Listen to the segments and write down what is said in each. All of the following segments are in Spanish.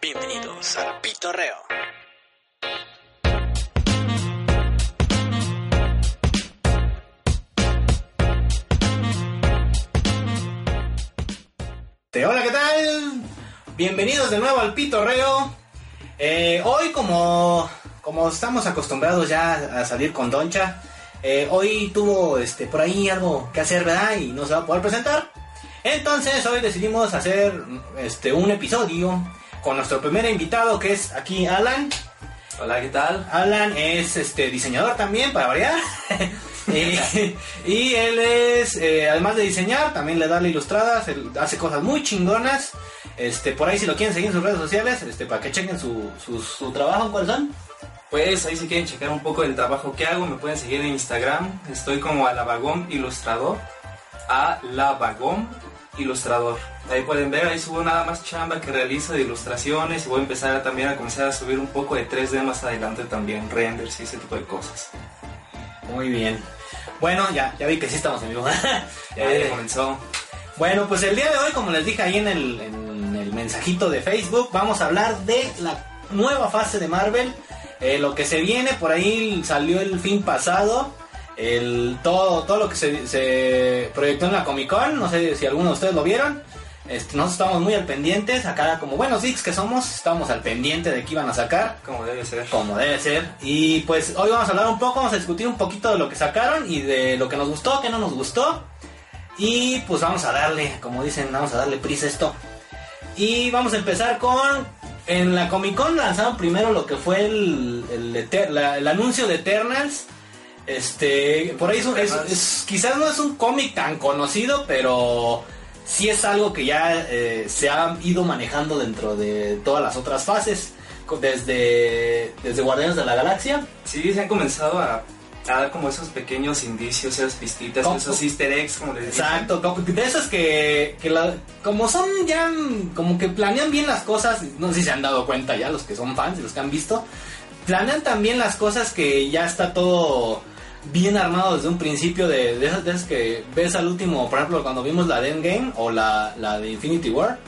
Bienvenidos al Pitorreo. Este, Hola, ¿qué tal? Bienvenidos de nuevo al Pitorreo. Eh, hoy, como, como estamos acostumbrados ya a salir con Doncha, eh, hoy tuvo este, por ahí algo que hacer, ¿verdad? Y no se va a poder presentar. Entonces, hoy decidimos hacer este, un episodio con nuestro primer invitado, que es aquí Alan. Hola, ¿qué tal? Alan es este, diseñador también, para variar. Eh, y él es, eh, además de diseñar, también le da la ilustradas, él hace cosas muy chingonas. Este, por ahí si lo quieren seguir en sus redes sociales, este, para que chequen su, su, su trabajo, ¿cuáles son? Pues ahí si quieren checar un poco el trabajo que hago, me pueden seguir en Instagram. Estoy como Alabagón Ilustrador. Alabagón Ilustrador. Ahí pueden ver, ahí subo nada más chamba que realizo de ilustraciones y voy a empezar también a comenzar a subir un poco de 3D más adelante también, renders y ese tipo de cosas. Muy bien. Bueno, ya, ya vi que sí estamos en vivo. Ya, Eh, ya comenzó. Bueno, pues el día de hoy, como les dije ahí en el, en el mensajito de Facebook, vamos a hablar de la nueva fase de Marvel, eh, lo que se viene, por ahí salió el fin pasado, el, todo, todo lo que se, se proyectó en la Comic Con, no sé si alguno de ustedes lo vieron, este, nosotros estábamos muy al pendiente, acá como buenos geeks que somos, estábamos al pendiente de qué iban a sacar, Como debe ser. como debe ser. Y pues hoy vamos a hablar un poco, vamos a discutir un poquito de lo que sacaron y de lo que nos gustó, que no nos gustó. Y pues vamos a darle, como dicen, vamos a darle prisa a esto. Y vamos a empezar con... En la Comic Con lanzaron primero lo que fue el, el Eter- la- el anuncio de Eternals. Este, por ahí es un- es- es- quizás no es un cómic tan conocido, pero sí es algo que ya eh, se ha ido manejando dentro de todas las otras fases co- desde, desde Guardianes de la Galaxia. Sí, se han comenzado a, a dar como esos pequeños indicios, esas pistitas, ¿Cómo? esos easter eggs, como les dicen. Exacto, como- de esas que, que la- como son ya, mm, como que planean bien las cosas, no sé si se han dado cuenta ya los que son fans y los que han visto, planean también las cosas que ya está todo bien armado desde un principio, de, de esas veces que ves al último, por ejemplo, cuando vimos la de Endgame o la, la de Infinity War.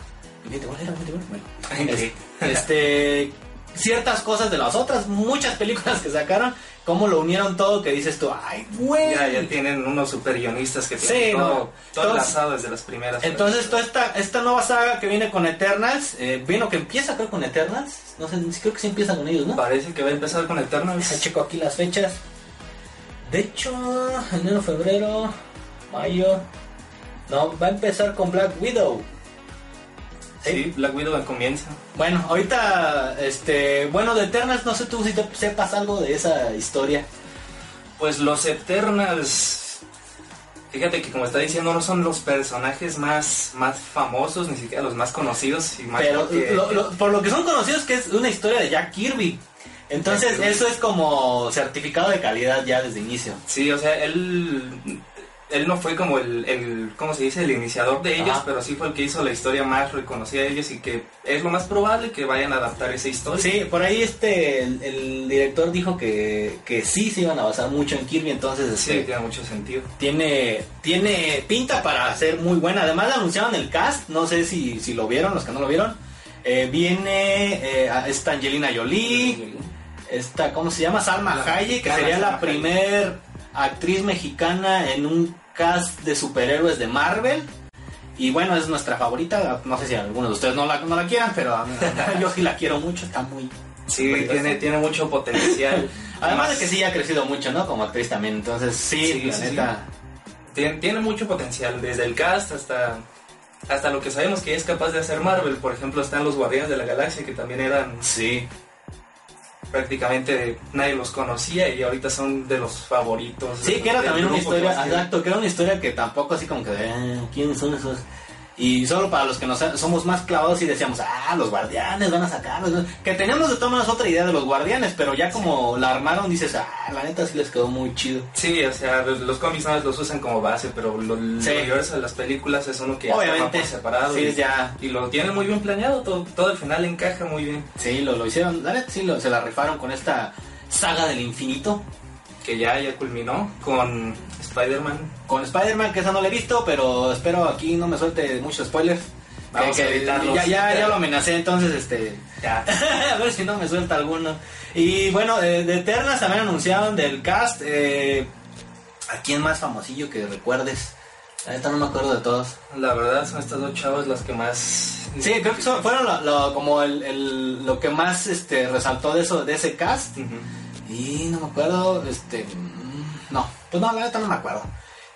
Infinity War era Infinity War, bueno. Ok. este ciertas cosas de las otras muchas películas que sacaron cómo lo unieron todo que dices tú ay güey Ya, ya tienen unos super guionistas que tienen Sí, todo, no. todo Entonces- enlazado desde las primeras. entonces toda esta, esta nueva saga que viene con Eternals eh, vino que empieza creo con Eternals no sé creo que sí empieza con ellos no Ah, Parece que va a empezar con Deja Eternals. checo aquí las fechas de hecho enero febrero mayo no va a empezar con Black Widow Sí, Black Widow comienza. bueno ahorita este bueno de Eternals no sé tú si te sepas algo de esa historia Pues los Eternals. Fíjate que como está diciendo, no son los personajes más, más famosos, ni siquiera los más conocidos. Y más Pero porque- lo- lo- por lo que son conocidos que es una historia de Jack Kirby. Entonces Jack Kirby. eso es como certificado de calidad ya desde inicio. Sí, o sea, él. Él no fue como el, el ¿cómo se dice? El iniciador de ellos, Ajá. pero sí fue el que hizo la historia más reconocida de ellos y que es lo más probable que vayan a adaptar esa historia. Sí, por ahí este el, el director dijo que, que sí se iban a basar mucho en Kirby, entonces Sí, este, tiene mucho sentido. tiene tiene pinta para ser muy buena. Además anunciaron el cast, no sé si, si lo vieron, los que no lo vieron. Eh, viene eh, a- esta Angelina Jolie, esta, ¿cómo se llama? Salma La Hayek, que mexicana sería la Salma Hayek. primer actriz mexicana en un cast de superhéroes de Marvel. Y bueno, es nuestra favorita. No sé si algunos de ustedes no la, no la quieran, pero a mí- yo sí la quiero mucho, está muy... Sí, Pues, tiene, sí. tiene mucho potencial. Además de que sí ha crecido mucho, ¿no? Como actriz también. Entonces, sí, Sí, la sí, neta. Tiene, tiene mucho potencial, desde el cast hasta, hasta lo que sabemos que es capaz de hacer Marvel. Por ejemplo, están los Guardianes de la Galaxia, que también eran Sí. prácticamente nadie los conocía y ahorita son de los favoritos. Sí, del- que era del también una grupo historia, que hacen. exacto, que era una historia que tampoco así como que, eh, ¿quiénes son esos? Y solo para los que nos, somos más clavados y decíamos, ah, los guardianes van a sacarlos. ¿no? Que teníamos de todas maneras otra idea de los guardianes, pero ya como la armaron, dices, ah, la neta sí les quedó muy chido. Sí, o sea, los, los cómics nada más los usan como base, pero lo, Sí. el universo de las películas es uno que ya está Obviamente, por separado sí, y, ya, y lo tienen muy bien planeado, todo, todo al final encaja muy bien. sí, lo, lo hicieron, la neta sí, lo- se la rifaron con esta saga del infinito. Que ya, ya culminó con Spider-Man. Con Spider-Man, que esa no la he visto, pero espero aquí no me suelte muchos spoilers. Vamos que- a evitarlos. Ya, ya, ya lo amenacé, entonces, este... Ya. a ver si no me suelta alguno. Y bueno, de, de Eternas también anunciaron del cast. eh, ¿A quién más famosillo que recuerdes? La neta no me acuerdo de todos. La verdad son estas dos chavas las que más... Sí, creo que son- fueron lo, lo- como el, el- lo que más este, resaltó de, eso, de ese cast. Ujú. Y no me acuerdo, este... mm, No, pues no, la neta no me acuerdo.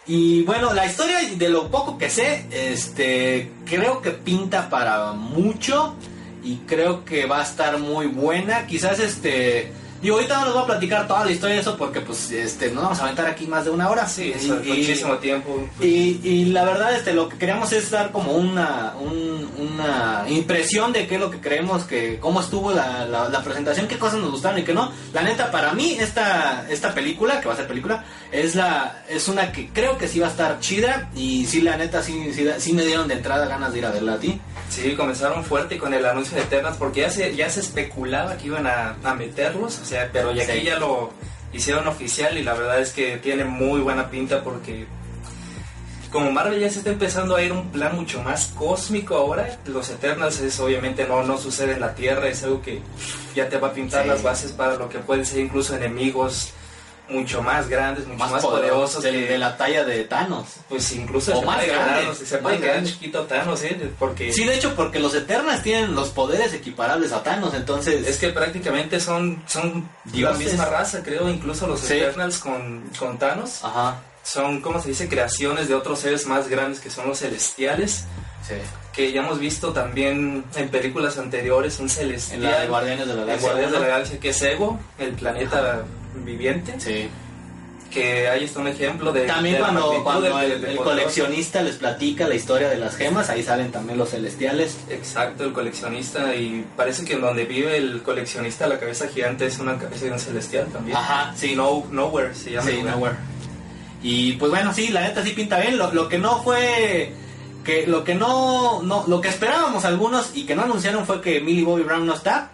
Y bueno, la historia de lo poco que sé, este, creo que pinta para mucho y creo que va a estar muy buena. Quizás este, digo, ahorita no les voy a platicar toda la historia de eso porque pues este, nos vamos a aventar aquí más de una hora. Sí, Y- eso es y- muchísimo tiempo. y, y la verdad, este, lo que queríamos es dar como una, un- una impresión de qué es lo que creemos, que cómo estuvo la, la- la presentación, qué cosas nos gustaron y qué no. La neta, para mí, esta, esta película, que va a ser película, es, la, es una que creo que sí va a estar chida. Y sí, la neta, sí, sí, da- sí me dieron de entrada ganas de ir a verla a ti. Sí, comenzaron fuerte con el anuncio de Eternas porque ya se, ya se especulaba que iban a, a meterlos, o sea, pero ya Sí. aquí ya lo hicieron oficial y la verdad es que tiene muy buena pinta porque como Marvel ya se está empezando a ir a un plan mucho más cósmico ahora, los Eternas es obviamente no, no sucede en la Tierra, es algo que ya te va a pintar Sí. las bases para lo que pueden ser incluso enemigos mucho más grandes, mucho más, poderosos. de, que- de la talla de Thanos. Pues incluso O se más puede quedar- grandes, se puede más quedar grandes. chiquito Thanos, ¿eh? Porque... Sí, de hecho, porque los Eternas tienen los poderes equiparables a Thanos, entonces... Es que prácticamente son, son la Dioses. misma raza, creo, incluso los Sí. Eternals con, con Thanos. Ajá, Son, como se dice, creaciones de otros seres más grandes que son los celestiales, sí. que ya hemos visto también en películas anteriores, un celestial, En la de Guardianes de la en Galaxia. Guardianes de la ¿no? Galaxia, que es Ego, el planeta viviente, Sí. que ahí está un ejemplo de... También de la cuando, magnitud cuando del- el, del el poder. coleccionista les platica la historia de las gemas, ahí salen también los celestiales. Exacto, el coleccionista, y parece que en donde vive el coleccionista, la cabeza gigante es una cabeza de un celestial también. Ajá, Sí, no, Nowhere se llama. Ah. el Sí, lugar. Nowhere. Y pues bueno, sí, la neta sí pinta bien. Lo, lo que no fue que lo que no, no lo que esperábamos algunos y que no anunciaron fue que Millie Bobby Brown no está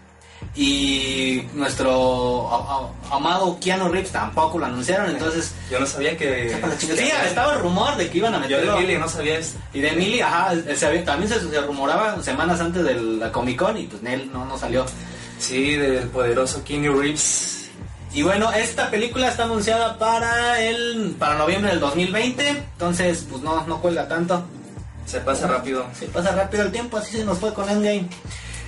y nuestro a- a- amado Keanu Reeves tampoco lo anunciaron, entonces Yo no sabía que. sí, estaba el rumor de que iban a Yo de meterlo Billy no sabía esto. Y de Emily, ajá, se había- también se, se rumoraba semanas antes de la Comic Con y pues Nel no, no salió. Sí, del poderoso Keanu Reeves. Y bueno, esta película está anunciada para el para noviembre del 2020, entonces pues no, no cuelga tanto. Se pasa rápido. Se pasa rápido el tiempo, así se nos fue con Endgame.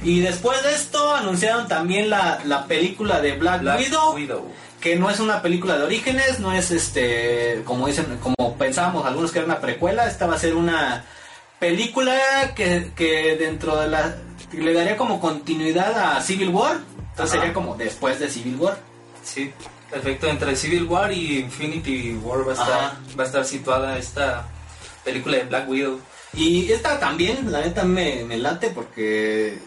Y después de esto anunciaron también la, la película de Black, Black Widow, que no es una película de orígenes, no es este, como dicen, como pensábamos algunos que era una precuela, esta va a ser una película que, que dentro de la le daría como continuidad a Civil War, entonces Ajá. sería como después de Civil War. Sí, perfecto. Entre Civil War y Infinity War va a estar, Ajá. va a estar situada esta película de Black Widow. Y esta también, la neta me, me late porque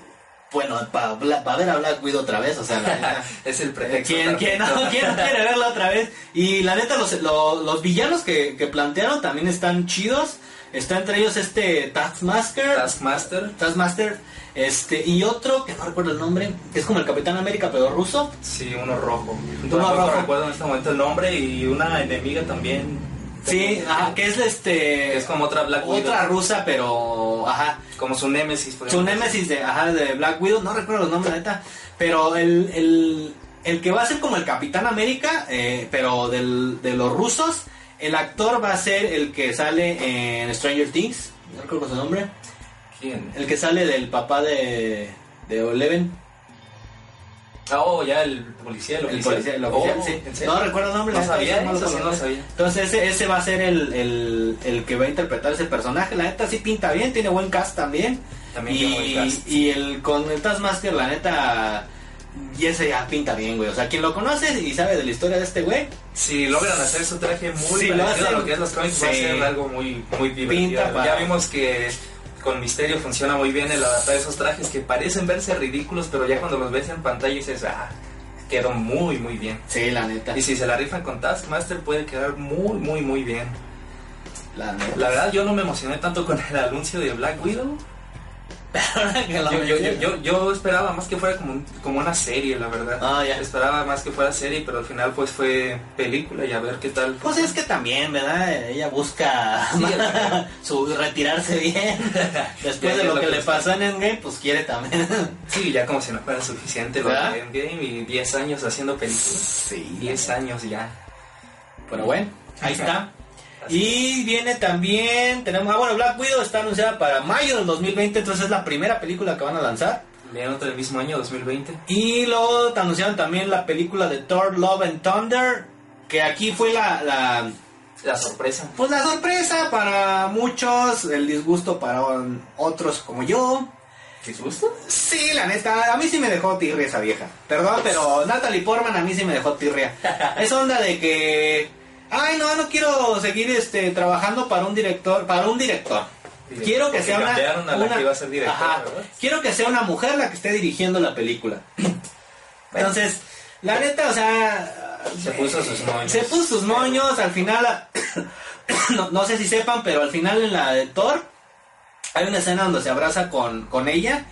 bueno, para ver a Black Widow otra vez, o sea, la neta, Es el pretexto. ¿Quién, quién no, perfecto. quién no quiere verla otra vez? Y la neta, los, lo- los villanos que, que plantearon también están chidos. Está entre ellos este Taskmaster. Taskmaster. Taskmaster. Este, y otro que no recuerdo el nombre, que es como el Capitán América, pero ruso. Sí, uno rojo. Uno Tampoco rojo. recuerdo en este momento el nombre y una enemiga también. Sí, ajá, que es este. Es como otra Black Widow. otra rusa, pero. Ajá. Como su némesis. por Su ejemplo. némesis de, ajá, de Black Widow, no recuerdo los nombres, la neta. Pero el, el, el que va a ser como el Capitán América, eh, pero del- de los rusos, el actor va a ser el que sale en Stranger Things, no recuerdo su nombre. ¿Quién? El que sale del papá de, de Eleven, Ah, oh, ya el policía, el el oficial. policía, el Oh, oficial, sí. ¿en serio? No recuerdo el nombre, No la neta, sabía, yo malo eso sí con no los- sabía. Entonces ese, ese va a ser el, el, el que va a interpretar ese personaje. La neta sí pinta bien, tiene buen cast también. También y, tiene buen cast. y el con el Taskmaster, la neta, y ese ya pinta bien, güey. O sea, quien lo conoce y sabe de la historia de este güey, Si logran hacer su traje muy Sí, lo parecido hacen. a lo que es los cómics, va a Sí. ser algo muy, muy divertido. Pinta para- Ya vimos que con Misterio funciona muy bien el adaptar esos trajes que parecen verse ridículos, pero ya cuando los ves en pantalla dices, ah, quedó muy, muy bien. sí, la neta. Y si se la rifan con Taskmaster puede quedar muy, muy, muy bien. La neta. La verdad yo no me emocioné tanto con el anuncio de Black Widow, Pero ahora que lo Yo, yo, yo, mencionas- yo- yo esperaba más que fuera como, un- como una serie, la verdad. Ah, ya. Esperaba más que fuera serie, pero al final pues fue película y a ver qué tal. Pues es que también, ¿verdad? Ella busca Sí, claro. su retirarse bien. Después Ya, de ya lo lo que que le es. pasó en Endgame, pues quiere también. Sí, ya como si no fuera suficiente lo ¿Verdad? de Endgame y 10 años haciendo películas. Sí. 10 años ya. Pero bueno, ahí está. Y viene también, tenemos, ah bueno, Black Widow está anunciada para mayo del 2020, entonces es la primera película que van a lanzar. Vean otra del mismo año, 2020. Y luego te anunciaron también la película de Thor, Love and Thunder, que aquí fue la, la, La sorpresa. pues la sorpresa para muchos, el disgusto para um, otros como yo. ¿Te gusta? Sí, la neta, a mí sí me dejó tirria esa vieja. Perdón, pero Natalie Portman a mí sí me dejó tirria. Es onda de que, ay no, no quiero seguir este trabajando para un director, para un director. Director, Quiero que porque sea una, cambiaron a la una- que iba a ser directora, ¿verdad? quiero que sea una mujer la que esté dirigiendo la película. Entonces, la neta, o sea, Se puso sus moños. Se puso sus moños, al final no, no sé si sepan, pero al final en la de Thor hay una escena donde se abraza con, con ella,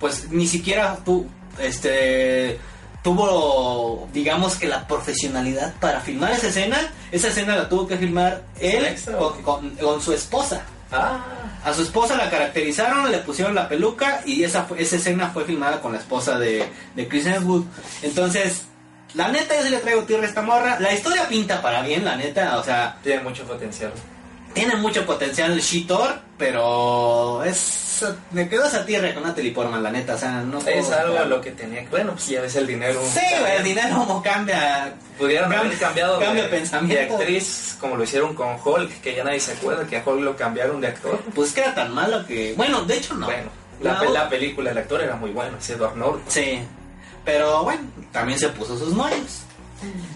pues ni siquiera tu, este tuvo digamos que la profesionalidad para filmar esa escena, esa escena la tuvo que filmar él extra o con, qué? con- con su esposa. Ah, A su esposa la caracterizaron, le pusieron la peluca y esa, fue- esa escena fue filmada con la esposa de, de Chris Hemsworth. Entonces, la neta yo sí le traigo tierra a esta morra. La historia pinta para bien, la neta. O sea, tiene mucho potencial. tiene mucho potencial el Shitor, pero es me quedó esa tierra con Natalie Portman, la neta. O sea, no puedo Es algo a superarlo. lo que tenía. Bueno, pues ya ves el dinero. Oh, Sí, güey, el dinero como cambia. Pudieron Cambio- haber cambiado cambio de, de pensamiento. de actriz, como lo hicieron con Hulk, que ya nadie se acuerda que a Hulk lo cambiaron de actor. Pues que era tan malo que... Bueno, de hecho no. Bueno, la, No, pe- la película, el actor era muy bueno, ese Edward Norton. Sí. Pero bueno, también se puso sus moños.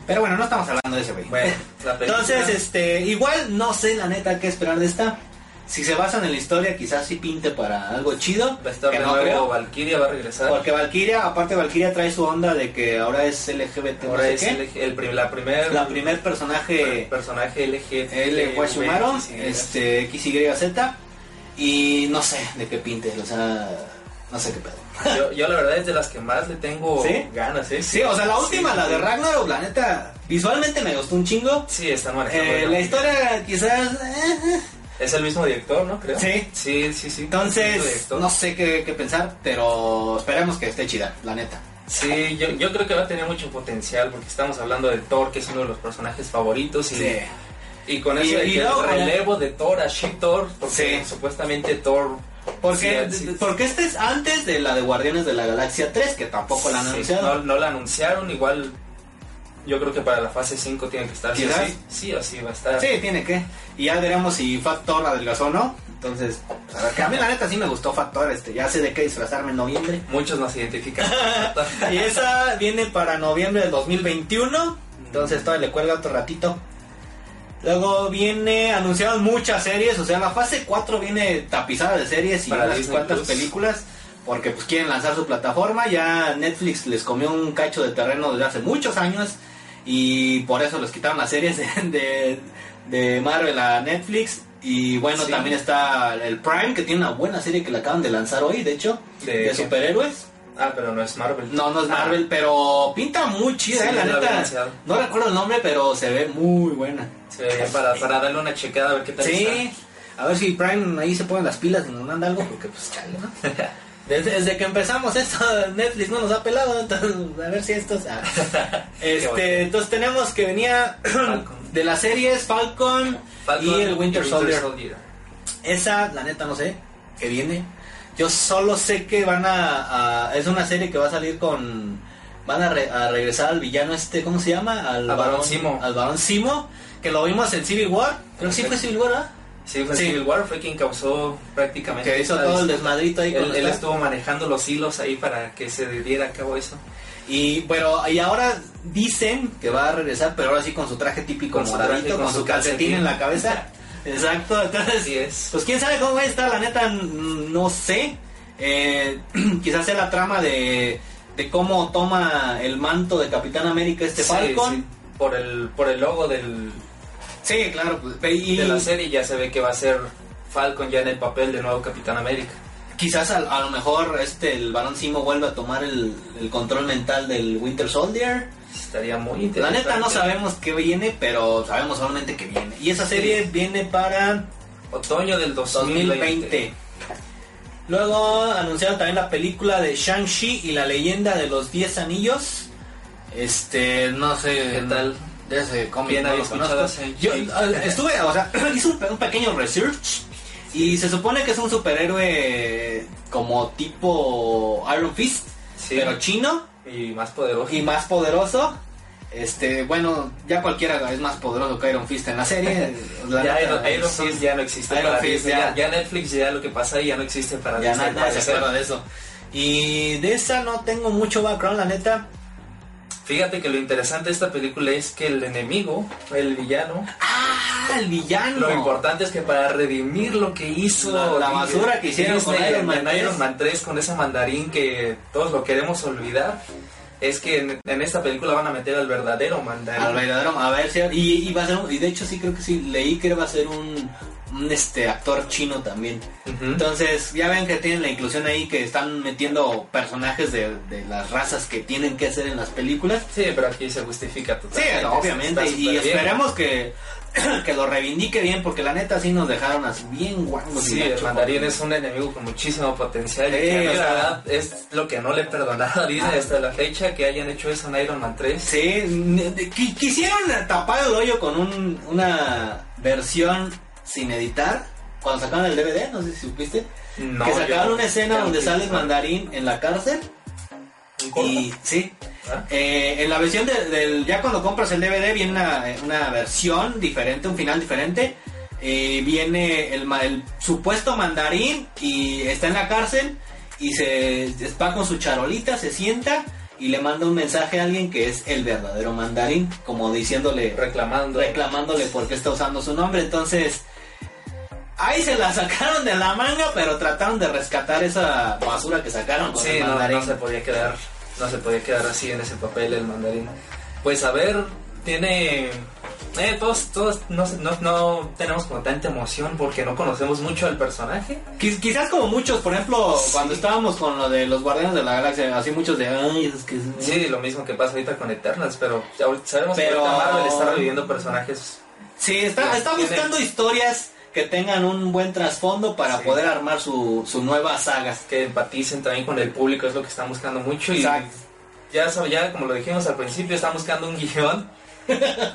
Pero bueno, no estamos hablando de ese güey. Bueno, la película- Entonces, este, igual no sé la neta qué esperar de esta. Si se basan en la historia, quizás sí pinte para algo chido. va a estar que de no nuevo, creo, Valkyria va a regresar. Porque Valkyria, aparte Valkyria trae su onda de que ahora es LGBT. no Ahora sé es qué. el, el prim- la primer, la primer personaje el personaje LG. L. Pues Guachumaro, este, XYZ. Y no sé de qué pinte, o sea, no sé qué pedo. Yo, yo la verdad es de las que más le tengo ¿Sí? ganas, ¿eh? Sí, o sea, la última, Sí, la de sí. Ragnarok, la neta, visualmente me gustó un chingo. Sí, está manejando. Eh, bien. la historia quizás... eh, eh. Es el mismo director, ¿no? Creo. Sí. Sí, sí, sí. El mismo Entonces, director. no sé qué, qué pensar, pero esperemos que esté chida, la neta. Sí, yo, yo creo que va a tener mucho potencial porque estamos hablando de Thor, que es uno de los personajes favoritos. Y, Sí. y con Y- eso de y que el luego- relevo de Thor a She-Thor, porque Sí. supuestamente Thor... Porque, sí, sí, porque este es antes de la de Guardianes de la Galaxia 3, que tampoco la han sí, anunciado. no, no la anunciaron, igual yo creo que para la fase 5 tiene que estar sí o ¿Quizás? sí. Sí o sí va a estar. Sí, tiene que. Y ya veremos si Factor adelgazó o no. Entonces, a ver, que a mí la neta sí me gustó Factor, este, ya sé de qué disfrazarme en noviembre. Muchos nos identifican. Y esa viene para noviembre del 2021. Mm. Entonces todavía le cuelga otro ratito. Luego viene anunciadas muchas series. O sea, la fase 4 viene tapizada de series y Para unas Disney cuantas Plus. películas. Porque pues quieren lanzar su plataforma. Ya Netflix les comió un cacho de terreno desde hace muchos años. Y por eso les quitaron las series de, de, de Marvel a Netflix. Y bueno, Sí. también está el Prime, que tiene una buena serie que le acaban de lanzar hoy, de hecho, ¿De de qué? superhéroes. ah, pero no es Marvel. No, no es Ah, Marvel, pero pinta muy chida, Sí, eh, la la había neta. anunciado. No recuerdo el nombre, pero se ve muy buena. sí, para, para darle una checada a ver qué tal Sí, a ver si Prime ahí se ponen las pilas y nos manda algo, porque pues chale, ¿no? está. Desde, desde que empezamos esto, Netflix no nos ha pelado, entonces a ver si esto... ah. bueno. Este, entonces tenemos que venía Falcon. de las series Falcon, Falcon y el Winter Soldier. Soldier. Esa, la neta, no sé qué viene. Yo solo sé que van a, a- Es una serie que va a salir con. Van a, re- a regresar al villano este, ¿cómo se llama? Al Al Barón Simo. Al Barón Simo, que lo vimos en Civil War. Creo que sí fue Civil War, ¿verdad? Sí, fue Sí. Civil War, fue quien causó prácticamente. Que hizo esta todo el disputa. desmadrito ahí con Él, los él fans. estuvo manejando los hilos ahí para que se diera a cabo eso. Y pero y ahora dicen que va a regresar, pero ahora sí con su traje típico Con su moradito, traje, con, con su su calcetín calcetín. en la cabeza. Exacto, entonces Así es. Pues quién sabe cómo va a estar, la neta, mm, no sé. Eh, quizás sea la trama de, de cómo toma el manto de Capitán América este Sí, sí, Falcon. Por el, por el logo del, Sí, claro. pues, y de la serie ya se ve que va a ser Falcon ya en el papel de nuevo Capitán América. Quizás a, a lo mejor este el Barón Simo vuelva a tomar el, el control mental del Winter Soldier. Estaría muy La interesante. neta no sabemos qué viene, pero sabemos solamente que viene. Y esa serie viene para Otoño del 2020. 2020. Luego anunciaron también la película de Shang-Chi y la leyenda de los 10 anillos. Este, no sé. ¿Qué tal? De ese cómic Bien no había lo escuchado conozco. ese Yo Shang-Chi. ah, estuve, o sea, hice un, pe- un pequeño research. Y se supone que es un superhéroe como tipo Iron Fist, Sí. pero chino Y más poderoso. y más poderoso. Este, bueno, ya cualquiera es más poderoso que Iron Fist en la serie. La ya neta, Iron, Iron sí, Fist ya no existe Iron para Fist, Disney. ya. Ya. ya Netflix ya lo que pasa ahí ya no existe para Ya Disney. na- nadie parece. se acuerda de eso. Y de esa no tengo mucho background, la neta. Fíjate que lo interesante de esta película es que el enemigo, el villano, ¡Ah! El villano. Lo importante es que para redimir lo que hizo La- la Disney- basura que hicieron con Disney Iron Man en 3. Iron Man 3 con ese mandarín que todos lo queremos olvidar, es que en, en esta película van a meter al verdadero mandarín. Al verdadero, a ver si. Y, y va a ser. un- y de hecho, sí, creo que sí. Leí que va a ser un. un, este actor chino también. Ujú. Entonces, ya ven que tienen la inclusión ahí que están metiendo personajes de, de las razas que tienen que hacer en las películas. sí, pero aquí se justifica Sí, totalmente. obviamente. Está Y superbién. esperemos que, que lo reivindique bien, porque la neta sí nos dejaron así bien guangos. y Sí, el gacho, mandarín porque- es un enemigo con muchísimo potencial. y Sí, que a mí, o la sea- Ah. verdad, es lo que no le he perdonado a Disney hasta la fecha que hayan hecho eso en Iron Man 3. Sí, ne- de- qui- quisieron tapar el hoyo con un- una versión sin editar. Cuando sacaron el DVD, no sé si supiste, No, que yo- sacaron una escena creo donde que- sale el mandarín en la cárcel. ¿Un corto? Y sí, Ah. eh, en la versión de- del. Ya cuando compras el DVD, viene una, una versión diferente, un final diferente. Eh, viene el, ma- el supuesto mandarín y está en la cárcel. Y se va con su charolita, se sienta y le manda un mensaje a alguien que es el verdadero mandarín, como diciéndole reclamando. reclamándole por qué está usando su nombre. Entonces, ahí se la sacaron de la manga, pero trataron de rescatar esa basura que sacaron con Sí, el no, mandarín. no se podía quedar, no se podía quedar así en ese papel el mandarín. Pues a ver, tiene, eh, todos, todos no, sé, no, no tenemos como tanta emoción porque no conocemos mucho al personaje. Quiz- Quizás como muchos, por ejemplo, Sí. cuando estábamos con lo de los Guardianes de la Galaxia, así muchos de, ay, es que... es-". Sí, lo mismo que pasa ahorita con Eternals, pero ya ahorita sabemos Pero- que ahorita Marvel está reviviendo personajes. Sí, está, está Tiene- buscando historias que tengan un buen trasfondo para Sí. poder armar su, su nueva saga. que empaticen también con el público, es lo que están buscando mucho. Y Exacto. ya, sab- ya, como lo dijimos al principio, están buscando un guión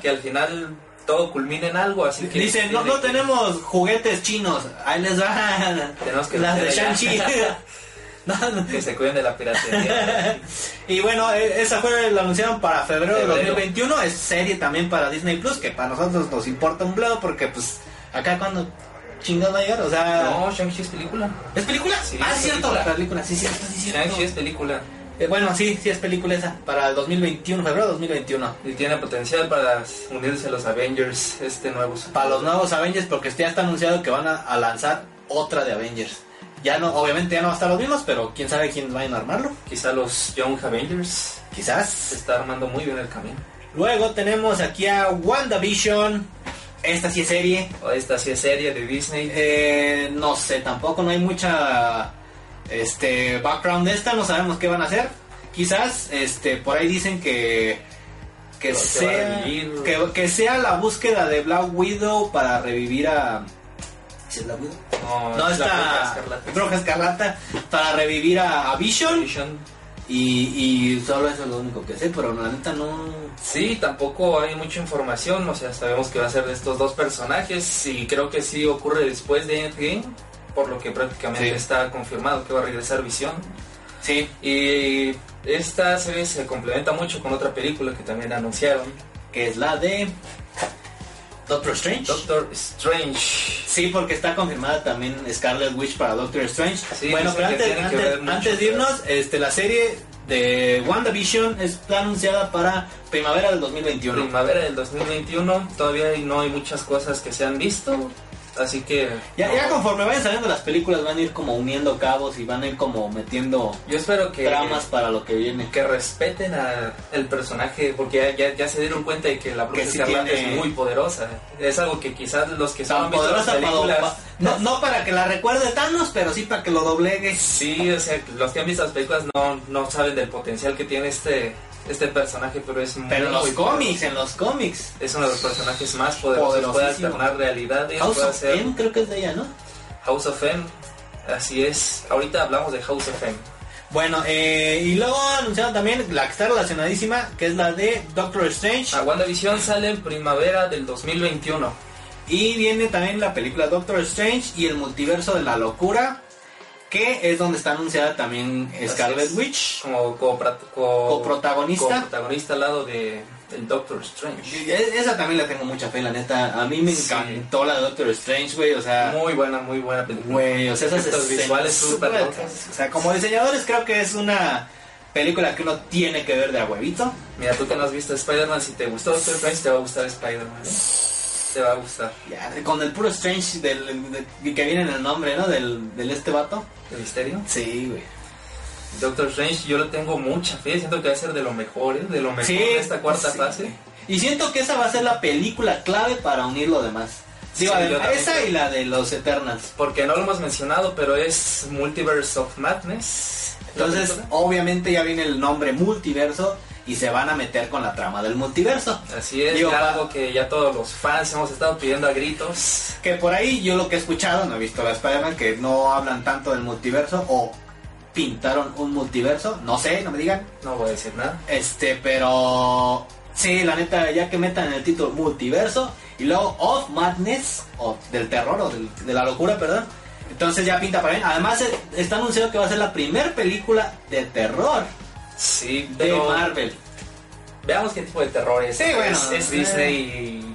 que al final todo culmine en algo. Así que Dicen, no, tiene no que- tenemos juguetes chinos, ahí les van Tenemos que las de meter allá. Shang-Chi. No, no. que se cuiden de la piratería. Y bueno, eh, esa fue la anunciaron para febrero de Febrero. 2021. Es serie también para Disney Plus, que para nosotros nos importa un bledo porque, pues, acá cuando chingado va a llegar, o sea. no, Shang-Chi es película. ¿Es película? Sí, ah, es es cierto, película. la película, sí, cierto, sí, cierto. Shang-Chi es película Eh, bueno, sí, sí es película esa, para el 2021, febrero de 2021. y tiene potencial para unirse a los Avengers, este nuevo. Para los nuevos Avengers, porque este ya está anunciado que van a, a lanzar otra de Avengers. Ya no, obviamente ya no va a estar los mismos, pero quién sabe quién vayan a armarlo. Quizá los Young Avengers se Quizás. está armando muy bien el camino. Luego tenemos aquí a WandaVision. Esta sí es serie. O Esta sí es serie de Disney. Eh, no sé, tampoco no hay mucha este background de esta, no sabemos qué van a hacer. Quizás este por ahí dicen que que Que va a sea revivir. que, que sea la búsqueda de Black Widow para revivir a ¿Sí es Black Widow? No, No, es la Bruja está Escarlata. Bruja Escarlata para revivir a, a Vision Vision. y, y solo eso es lo único que sé, pero la neta no Sí, tampoco hay mucha información, o sea, sabemos que va a ser de estos dos personajes y creo que sí ocurre después de Endgame, por lo que prácticamente Sí. está confirmado que va a regresar Visión. sí, Y esta serie se complementa mucho con otra película que también anunciaron, que es la de Doctor Strange. Doctor Strange. Sí, porque está confirmada también Scarlet Witch para Doctor Strange. Sí, bueno, pero dicen que antes, tiene que antes- ver mucho, antes de irnos, este, la serie de WandaVision está anunciada para primavera del 2021. Primavera del 2021, todavía no hay muchas cosas que se han visto. Así que. Ya, no. ya conforme vayan saliendo las películas van a ir como uniendo cabos y van a ir como metiendo Yo espero que. tramas para lo que viene. Que respeten a- al personaje, porque ya, ya, ya se dieron cuenta de que la bruja Que sí Escarlata tiene- es muy poderosa. Es algo que quizás los que solo Tan han visto las poderosa para películas. pa- no, no para que la recuerde Thanos, pero sí para que lo doblegue. Sí, o sea, los que han visto las películas no, no saben del potencial que tiene este, este personaje, pero es muy. Pero en los cómics, en los cómics. Es uno de los personajes más poderosos. Puede Poderosísimo. alternar realidades, House puede of hacer M creo que es de ella, ¿no? House of M. Así es. Ahorita hablamos de House of M. Bueno, eh, y luego anunciaron también la que está relacionadísima, que es la de Doctor Strange. A WandaVision sale en primavera del 2021. Y viene también la película Doctor Strange y el multiverso de la locura, que es donde está anunciada también Así Scarlet es. Witch. Como copra- co- Coprotagonista. coprotagonista al lado de, del Doctor Strange. Y e- Esa también la tengo mucha fe, la neta. A mí me Sí. encantó la de Doctor Strange, güey. O sea, Muy buena, muy buena película. Güey, o sea, esas Efectos escenas visuales súper súper- locas. O sea, como diseñadores creo que es una película que uno tiene que ver de a huevito. Mira, tú que no has visto Spider-Man, si te gustó Doctor Strange, te va a gustar Spider-Man. ¿eh? Te va a gustar. Ya, con el puro Strange del, de- que viene en el nombre, ¿no? Del, del este vato. ¿El misterio? Sí, güey. Doctor Strange, yo lo tengo mucha fe. Siento que va a ser de lo mejor, ¿eh? de lo mejor de esta cuarta sí. fase. Y siento que esa va a ser la película clave para unir lo demás. Digo, Sí, adem- yo también esa creo. y la de los Eternals. Porque no lo hemos mencionado, pero es Multiverse of Madness. la Entonces, película. obviamente ya viene el nombre multiverso y se van a meter con la trama del multiverso. Así es, Digo, ya pa- algo que ya todos los fans hemos estado pidiendo a gritos. Que por ahí yo lo que he escuchado, no he visto la Spider-Man, que no hablan tanto del multiverso o pintaron un multiverso, no sé, no me digan. No voy a decir nada. Este, pero sí, la neta, ya que metan el título multiverso y luego of madness, o del terror, o del- de la locura, perdón. Entonces ya pinta para bien. Además, eh, está anunciado que va a ser la primer película de terror Sí, de pero Marvel. veamos qué tipo de terror es. Sí, bueno, es, es eh. Disney y...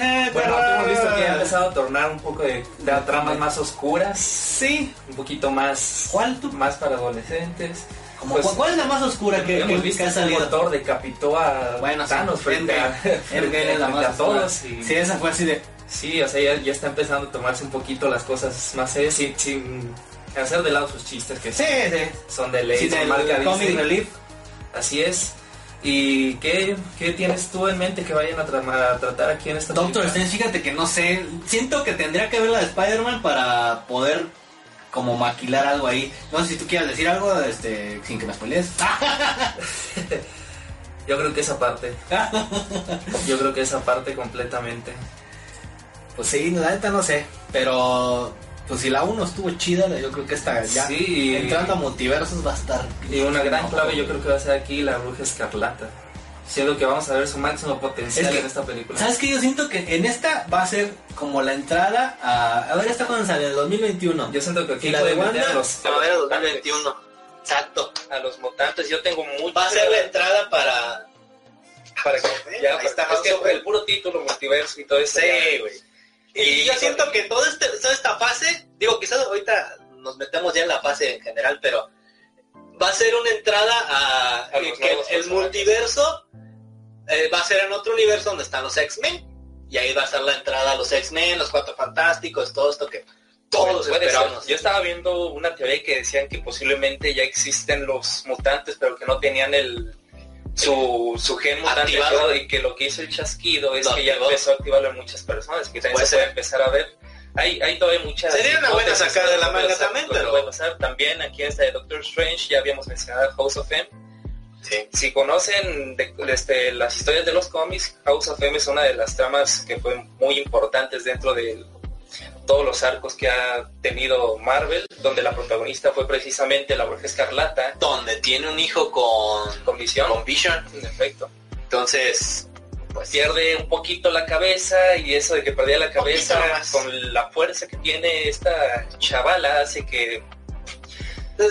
Eh, Bueno, pero- hemos visto que ha empezado a tornar un poco de, de tramas más oscuras, Sí. un poquito más... ¿Cuál tú? Más para adolescentes. Como, Pues, ¿cu- ¿Cuál es la más oscura que, hemos que- visto que ha que un salido? motor decapitó a Bueno, sí, Thanos frente a, Endgame. Endgame es la frente más a oscura. todos. y- Sí, esa fue así de. Sí, o sea, ya, ya está empezando a tomarse un poquito las cosas más serias sin, sin hacer de lado sus chistes que Sí, sí. son de ley, Sí, son del marca Comic Disney. Relief. Así es. ¿Y qué, qué tienes tú en mente que vayan a, tra- a tratar aquí en esta Doctor película? Strange, fíjate que no sé. Siento que tendría que ver la de Spider-Man para poder como maquilar algo ahí. No sé si tú quieras decir algo este, sin que me spoilees. Yo creo que esa parte. Yo creo que esa parte completamente. pues sí, la neta no sé. Pero pues si la 1 estuvo chida, yo creo que esta ya Sí. entrando a multiversos va a estar. Y una gran No, clave yo creo que va a ser aquí la bruja escarlata. Siendo que vamos a ver su máximo potencial Es que- en esta película. ¿Sabes qué? Yo siento que en esta va a ser como la entrada a. A ver, esta cuando sale en el 2021. Yo siento que aquí ¿Y la pueden de meter a Wanda? los, Primavera 2021. Exacto. a los mutantes. Yo tengo mucho. Va a ser la entrada para. para que Ya, ahí está es House que of el puro título multiverso y todo eso Sí, ya- güey. Y yo siento que todo este, toda esta fase, digo, quizás ahorita nos metemos ya en la fase en general, pero va a ser una entrada a, A los que nuevos el personajes. multiverso eh, va a ser en otro universo donde están los X-Men. Y ahí va a ser la entrada a los X-Men, los Cuatro Fantásticos, todo esto que todos Puede ser. esperamos. pues, Yo estaba viendo una teoría que decían que posiblemente ya existen los mutantes, pero que no tenían el su, su gen mutante Activado. activado, y que lo que hizo el chasquido es Lo que ya activó. empezó a activarlo en muchas personas, que también Puede se puede ser. empezar a ver. Hay, hay todavía muchas Sería una buena hipótesis, sacada de la pero manga exacto, también, Pues, lo que pero- puede pasar. también aquí está de Doctor Strange, ya habíamos mencionado House of M. Sí. Si conocen de- este, las historias de los cómics, House of M es una de las tramas que fue muy importantes dentro de todos los arcos que ha tenido Marvel, donde la protagonista fue precisamente la Bruja Escarlata Donde tiene un hijo con, con Visión. con Vision. En efecto, Entonces, pues pierde un poquito la cabeza y eso de que perdía la cabeza Poquito nomás. con la fuerza que tiene esta chavala hace que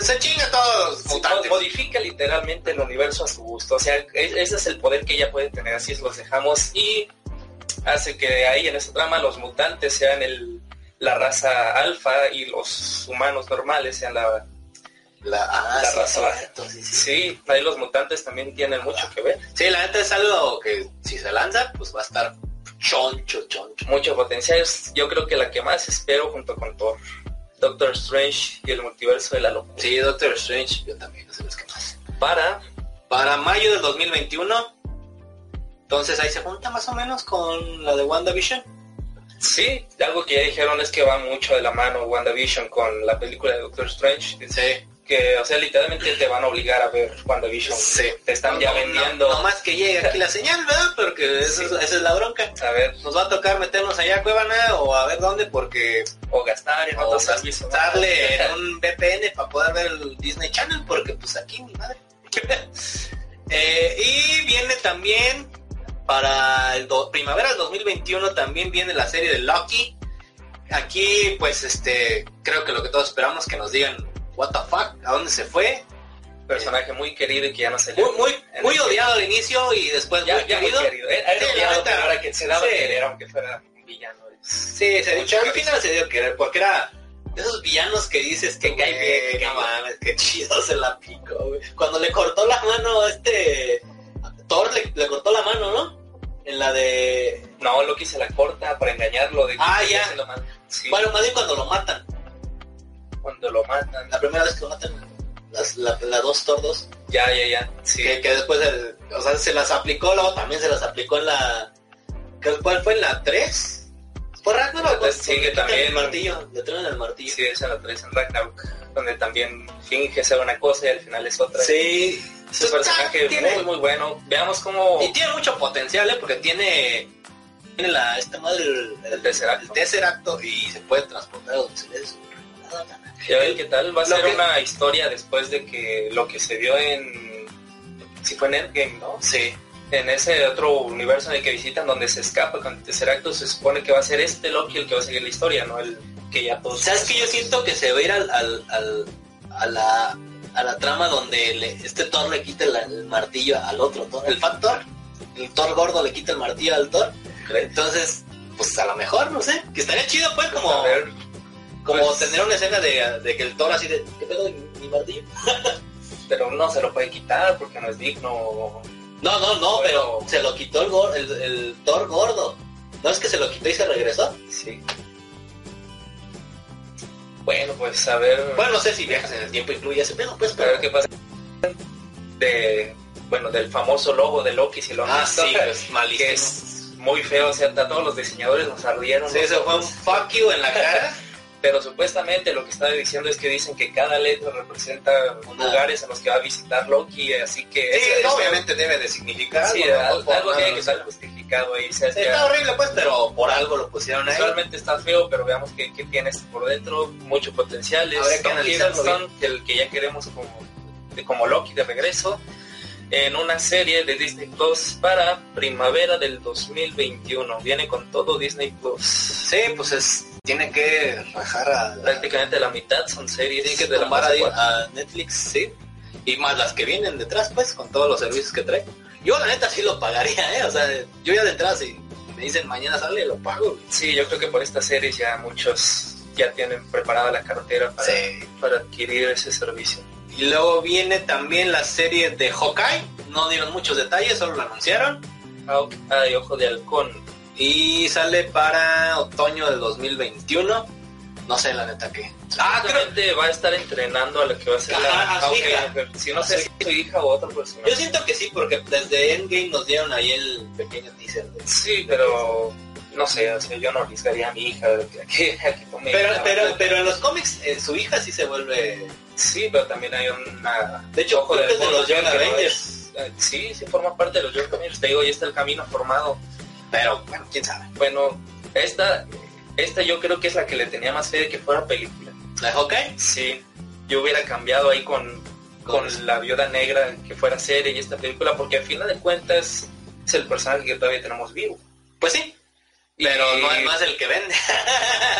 se chinga todos los Sí, mutantes. modifica literalmente el universo a su gusto. O sea, es- ese es el poder que ella puede tener. Así es, los dejamos y hace que ahí en esta trama los mutantes sean el, la raza alfa y los humanos normales sean la... La, ah, La sí, raza. cierto, sí, sí. Sí, ahí los mutantes también tienen mucho que ver. Sí, la neta es algo que si se lanza, pues va a estar choncho, choncho. mucho potencial. Es, yo creo que la que más espero junto con Thor. Doctor Strange y el multiverso de la locura. Sí, Doctor Strange, yo también, no sé los que más. Para, Para mayo del 2021, entonces ahí se junta más o menos con la de WandaVision. sí, algo que ya dijeron es que va mucho de la mano WandaVision con la película de Doctor Strange. Sí, Que, o sea, literalmente te van a obligar a ver WandaVision. sí. Te están ya vendiendo. Nomás que llegue aquí la señal, ¿verdad? Porque eso Sí. es- esa es la bronca. A ver, Nos va a tocar meternos allá a Cuevana o a ver dónde porque o gastar en o otros servicios. ¿no? darle en un VPN para poder ver el Disney Channel, porque pues aquí mi madre. Eh, y viene también para el do- primavera del 2021 también viene la serie de Loki. Aquí pues este creo que lo que todos esperamos que nos digan what the fuck, a dónde se fue. personaje muy querido y que ya no se le- Muy muy, en muy el- odiado al inicio y después Ya, muy ya muy querido. querido. Era Sí, la odiado, neta. pero ahora que se daba Sí. a querer, aunque fuera un villano. Sí, se dio- al final se dio a querer, porque era de esos villanos que dices que cae bien, que no mames, que chido se la picó, güey. Cuando le cortó la mano a este Thor le, le cortó la mano, ¿no? En la de. No, Loki se la corta para engañarlo de que Ah, está ya. haciendo mal. Sí, Bueno, más bien cuando lo matan. cuando lo matan. La primera vez que lo matan, las, la, la dos Thor dos, Ya, ya, ya. Sí. que, que después el- o sea, se las aplicó, luego también se las aplicó en la. ¿qué- ¿Cuál fue en la 3? Fue Ragnarok, Pues sí, cuando que le quitan también- El martillo, le traen el martillo. Sí, esa la traes en Ragnarok, donde también finge ser una cosa y al final es otra. sí. Es un personaje Tiene- muy, muy bueno. Veamos cómo... Y tiene mucho potencial, ¿eh? Porque tiene, tiene la, esta madre, el, El Tesseract. el Tesseract, y se puede transportar a donde se le dé su regalada gana. Ya ver qué tal. Va a Lo ser que- una historia después de que lo que se vio en... Si fue en Endgame, ¿no? Sí. En ese otro universo en el que visitan, donde se escapa con Tesseract, se supone que va a ser este Loki el que va a seguir la historia, ¿no? El que ya todos... ¿Sabes que Yo siento que se va a ir al, al, al- a, la, a la trama donde le- este Thor le quita el, el martillo al otro Thor, el Fat Thor. El Thor gordo le quita el martillo al Thor. ¿Crees? Entonces, pues a lo mejor, no sé. Que estaría chido, pues, como, A ver, como pues- tener una escena de, de que el Thor así de, ¿qué pedo mi martillo? pero no se lo puede quitar porque no es digno. No, no, no, Bueno. pero se lo quitó el, gor- el, el Thor gordo. No es que se lo quitó y se regresó. Sí. Bueno, pues a ver, Bueno, no sé si viajas en el tiempo incluye ese pedo, pues, a pero... ver qué pasa. De, bueno, del famoso logo de Loki, si lo han Ah, visto, sí, pues, malísimo. que es muy feo, o sea, a todos los diseñadores nos ardieron. Sí, ¿no? se fue un fuck you en la cara. Pero supuestamente lo que estaba diciendo es que dicen que cada letra representa Una- lugares a los que va a visitar Loki, así que... ese- ese- debe de significar sí, algo. algo, algo tiene que estar justificado ahí. o sea, es que- Está ¿eh? horrible, pues, pero por algo lo pusieron ahí. Visualmente está feo, pero veamos qué, qué tienes por dentro. Mucho potencial. Es Habría que Tom analizarlo Hiddleston, el que ya queremos como, de- como Loki de regreso, en una serie de Disney Plus para primavera del 2021. Viene con todo Disney Plus. Sí, pues es... Tiene que rajar a... la- Prácticamente la mitad son series Tiene que de la tomar fase ahí cuatro. a Netflix, sí. Y más las que vienen detrás, pues, con todos los servicios que trae. Yo, la neta, sí lo pagaría, ¿eh? O sea, yo ya detrás, si me dicen mañana sale, lo pago. güey. Sí, yo creo que por estas series ya muchos ya tienen preparada la cartera para, para adquirir ese servicio. Y luego viene también la serie de Hawkeye. No dieron muchos detalles, solo lo anunciaron. Hawk, ah, y Ojo de Halcón. Y sale para otoño del 2021. No sé, la neta, qué. Ah, creo... Supuestamente va a estar entrenando a la que va a ser Ajá, la a su aunque- hija. pero Si no A sé su si es su hija o otro Yo personaje. siento que sí, porque desde Endgame nos dieron ahí el pequeño teaser. de- Sí, pero no sé, o sea, yo no arriesgaría a mi hija a que, a que tome Pero, la pero, vacuna. pero en los cómics, eh, su hija sí se vuelve... sí, pero también hay una De hecho, Ojo creo que de es de los halcón, Young que no Avengers. es- eh, sí, sí forma parte de los Young Avengers. Te digo, ya está el camino formado. Pero, bueno, quién sabe. Bueno, esta, esta yo creo que es la que le tenía más fe de que fuera película. ¿La de Hawkeye? Sí, yo hubiera cambiado ahí con, con la viuda negra que fuera serie y esta película, porque al final de cuentas es el personaje que todavía tenemos vivo. Pues sí. Y- Pero no es más el que vende.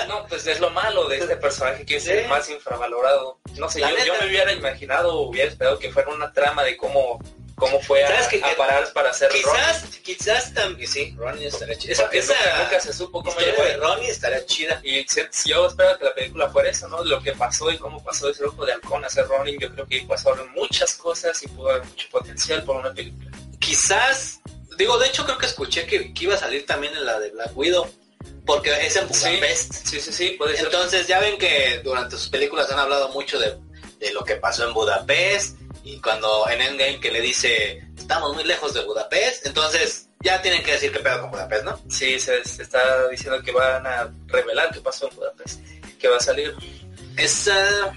No, pues es lo malo de este personaje que es Sí. el más infravalorado. No sé, yo, La neta. yo me hubiera imaginado, hubiera esperado que fuera una trama de cómo, cómo fue a, ¿Sabes que- a parar para hacer Ronin. quizás, quizás también. Sí, Ronnie estaría chida. Esa, Porque nunca, esa nunca se supo cómo historia llegó de ahí. Ronnie estaría chida. Y se- yo esperaba que la película fuera eso, ¿no? Lo que pasó y cómo pasó de ser ojo de halcón a ser Ronin. Yo creo que pasaron muchas cosas y pudo haber mucho potencial por una película. Quizás, Digo, de hecho creo que escuché que, que iba a salir también en la de Black Widow. Porque es en Sí. Budapest. Sí, sí, sí, puede ser. Entonces ya ven que durante sus películas han hablado mucho de, de lo que pasó en Budapest y cuando en Endgame que le dice estamos muy lejos de Budapest, entonces ya tienen que decir qué pedo con Budapest, ¿no? sí, se, se está diciendo que van a revelar qué pasó en Budapest, que va a salir Es ah,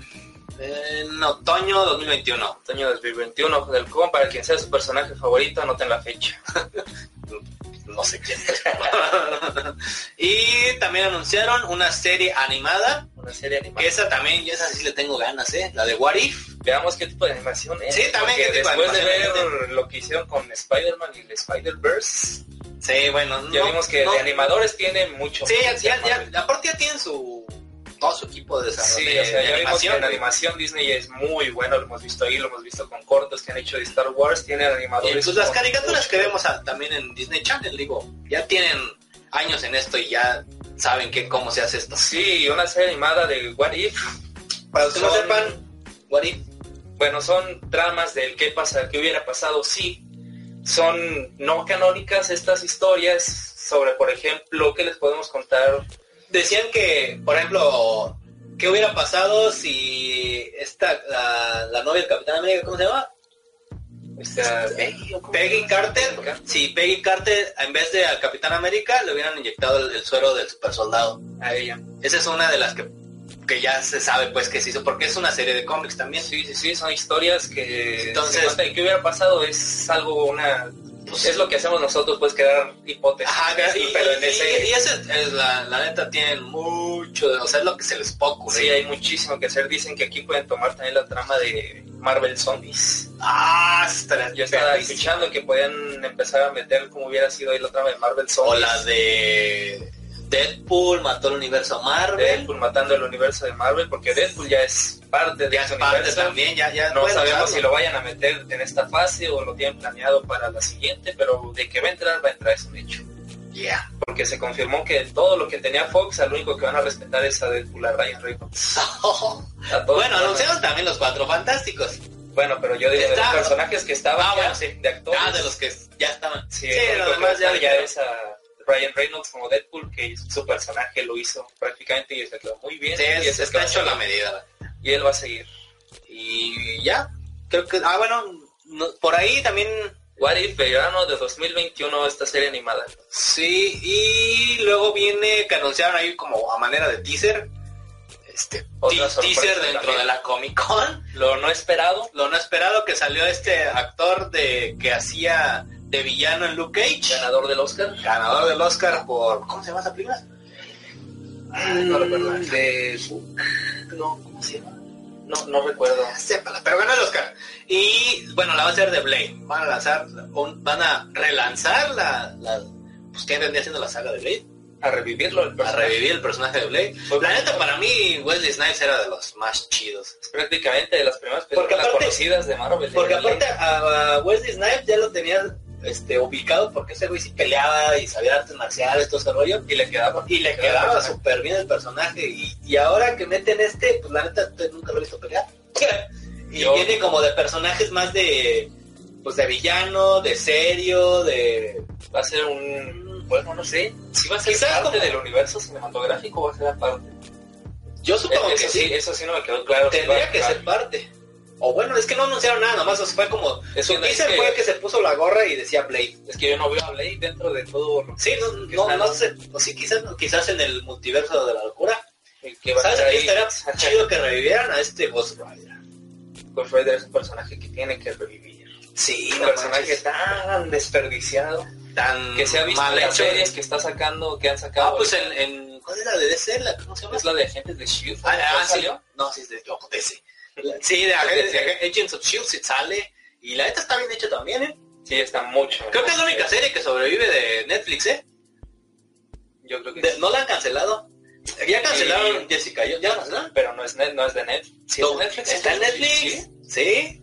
en otoño 2021. otoño del 2021 con el Con, para quien sea su personaje favorito, anoten la fecha. No sé quién. es. y también anunciaron una serie animada, Una serie animada. que esa también, yo esa sí le tengo ganas, ¿eh? La de What If. Veamos qué tipo de animación es. Sí, también porque qué tipo de después de animación ¿eh? ver lo que hicieron con Spider-Man y el Spider-Verse, Sí, bueno, ya no- vimos que no- de animadores tiene mucho. Sí, ya, potencial, ya, ya- Marvel. aparte ya tienen su todo su equipo de desarrollo Sí, o sea, de ya vimos que animación. en animación Disney es muy bueno, lo hemos visto ahí, lo hemos visto con cortos que han hecho de Star Wars, tienen Y, animadores. pues las con caricaturas mucho- que vemos ah, también en Disney Channel, digo, ya tienen años en esto y ya saben que cómo se hace esto. Sí, una serie animada de What If. Para los que no Son- sepan, What If, Bueno, son tramas del qué pasa, qué hubiera pasado si. Son no canónicas estas historias sobre, por ejemplo, qué les podemos contar. decían que, por ejemplo, ¿qué hubiera pasado si esta la, la novia del Capitán América, ¿cómo se llama? Esta, Peggy, ¿o cómo se Peggy llama? Carter, si Peggy Carter en vez de al Capitán América le hubieran inyectado el, el suero del super soldado. A ella. Esa es una de las que, que ya se sabe pues que se hizo, porque es una serie de cómics también. Sí, sí, sí, son historias que... Entonces- se cuentan. ¿qué hubiera pasado? Es algo, una... Pues- es lo que hacemos nosotros, pues crear hipótesis. Ajá, y, pero en y- ese... y ese es la, la neta tienen mucho de, o sea, es lo que se les puede Sí, ocurrir. hay muchísimo que hacer. Dicen que aquí pueden tomar también la trama de Marvel Zombies. Ah, ostras, Yo estaba perrísimo. escuchando que podían empezar a meter como hubiera sido ahí la trama de Marvel O Zombies. la de Deadpool mató el universo Marvel. Deadpool matando el universo de Marvel, porque Deadpool ya es parte de ya ese es parte universo. también, ya, ya No pueden sabemos usarlo. si lo vayan a meter en esta fase o lo tienen planeado para la siguiente, pero de que va a entrar, va a entrar, es un hecho. Yeah. Porque se confirmó que todo lo que tenía Fox, al único que van a respetar es a Deadpool, a Ryan Reynolds. A todos bueno, van a- anunciaron también los cuatro fantásticos. Bueno, pero yo digo de los Está- personajes que estaban Ah, ya, bueno, de actores. Ah, de los que ya estaban. Sí, Sí, lo lo único que demás ya está ya dijeron. es a Ryan Reynolds como Deadpool, que su personaje lo hizo prácticamente y se quedó muy bien. Sí, y, es- ese está es hecho que- la medida. y él va a seguir. Y ya, creo que, ah, bueno, no- por ahí también What If verano de 2021 esta serie animada. Sí, y luego viene que anunciaron ahí como a manera de teaser. Este Otra te- sorpresa teaser dentro también. de la Comic Con. Lo no esperado. Lo no esperado que salió este actor de que hacía de villano en Luke Cage. Ganador del Oscar. Ganador del Oscar por. ¿Cómo se llama esa película? no recuerdo. De... No, ¿cómo se llama? No, no recuerdo. Sépala, pero ganó el Oscar. Y bueno, la va a hacer de Blade. Van a lanzar, un- van a relanzar la. la- pues que vendría siendo la saga de Blade. A revivirlo el A personaje. revivir el personaje Pues, de Blade. La neta, para mí, Wesley Snipes era de los más chidos. Es prácticamente de las primeras Porque películas aparte- conocidas de Marvel. Porque aparte a a Wesley Snipes ya lo tenían este, ubicado porque ese güey sí peleaba y sabía artes marciales, todo ese rollo. Y le quedaba. Y le quedaba súper bien el personaje. Y, y ahora que meten este, pues la neta pues, nunca lo he visto pelear. y Yo- viene como de personajes más de pues de villano, de serio, de. Va a ser un... Bueno, no sé. Si va a ser Quizás parte como- del universo cinematográfico o va a ser aparte. Yo supongo Eh, que eso sí. eso sí no me quedó claro. Tendría que ser ser parte. O bueno, es que no anunciaron nada, nomás o sea, fue como. Es, Su un- es teaser que, fue que se puso la gorra y decía Blade. es que yo no veo a Blade dentro de todo lo Sí, no, que no, no sé. O sí, quizás, quizás en el multiverso de la locura. el que va a ¿Sabes estar qué ahí. estaría chido que revivieran a este Ghost Rider? Ghost Rider Pues es un personaje que tiene que revivir. Sí, Un personaje tan desperdiciado tan que se ha visto mal en las hecho. series que está sacando, que han sacado. Ah, pues en, en- ¿Cuál es la de DC? ¿La, ¿Cómo se llama? es la de Agentes de Shield. Ah, ¿no? ah, sí. ¿Salió? No, sí, es de no, DC. Sí, de Agents, de Agents of S.H.I.E.L.D. sí sale. Y la neta está bien hecha también, ¿eh? Sí, está mucho. Creo que es la única serie que sobrevive de Netflix, ¿eh? Yo creo que De- sí. no la han cancelado. Ya cancelaron Sí. Jessica, ¿ya la cancelaron? Pero no es, net, no es de Netflix. Sí, es No, de Netflix. Está en Netflix. Sí. Sí.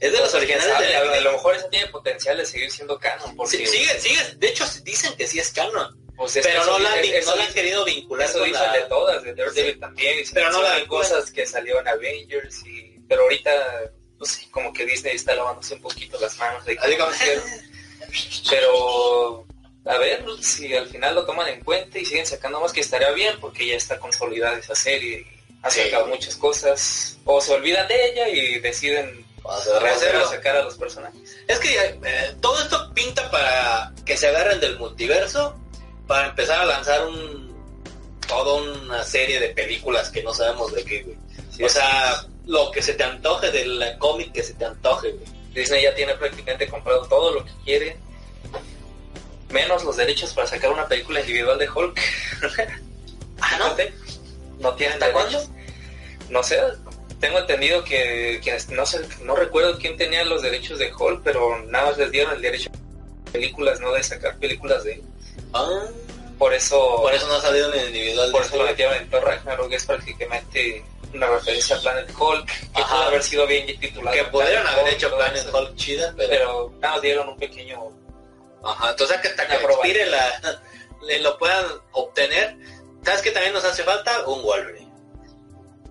Es de los originales Sabe, de Ah, a lo- a lo Netflix. mejor esa tiene potencial de seguir siendo canon. Porque, Sí, sigue, sigue. De hecho, dicen que sí es canon. pues, es que Pero eso no la, han- dice- eso no la han dice- querido vincular Eso con dicen de la... todas, de Daredevil Sí. también. Pero no la de de- cosas que salió en Avengers. Ah, y Pero ahorita, no sé, como que Disney está lavándose un poquito las manos de Así como, que- Pero a ver si al final lo toman en cuenta y siguen sacando más que estaría bien porque ya está consolidada esa serie y ha Sí. sacado muchas cosas o se olvidan de ella y deciden O sea, rehacer o hacerlo. sacar a los personajes Es que eh, todo esto pinta para que se agarren del multiverso para empezar a lanzar un toda una serie de películas que no sabemos de qué, güey. o sea, lo que se te antoje del cómic que se te antoje, güey. Disney ya tiene prácticamente comprado todo lo que quiere menos los derechos para sacar una película individual de Hulk Ah, no. Fíjate, no tienen ¿Hasta cuándo? derechos. No sé, tengo entendido que quienes no sé, no recuerdo quién tenía los derechos de Hulk, pero nada más les dieron el derecho de películas, no de sacar películas de él. Ah, Por eso, por eso no ha salido en el individual. por eso lo metieron en Thor Ragnarok, es prácticamente una referencia a Planet Hulk, que Ajá. pudo haber sido bien titulado. que pudieron Planet haber Hulk, hecho todo planes eso. Hulk chidas, pero... pero nada más dieron un pequeño Ajá, entonces que hasta que Una prueba. expire la, le- lo puedan obtener. ¿Sabes que también nos hace falta? Un Wolverine.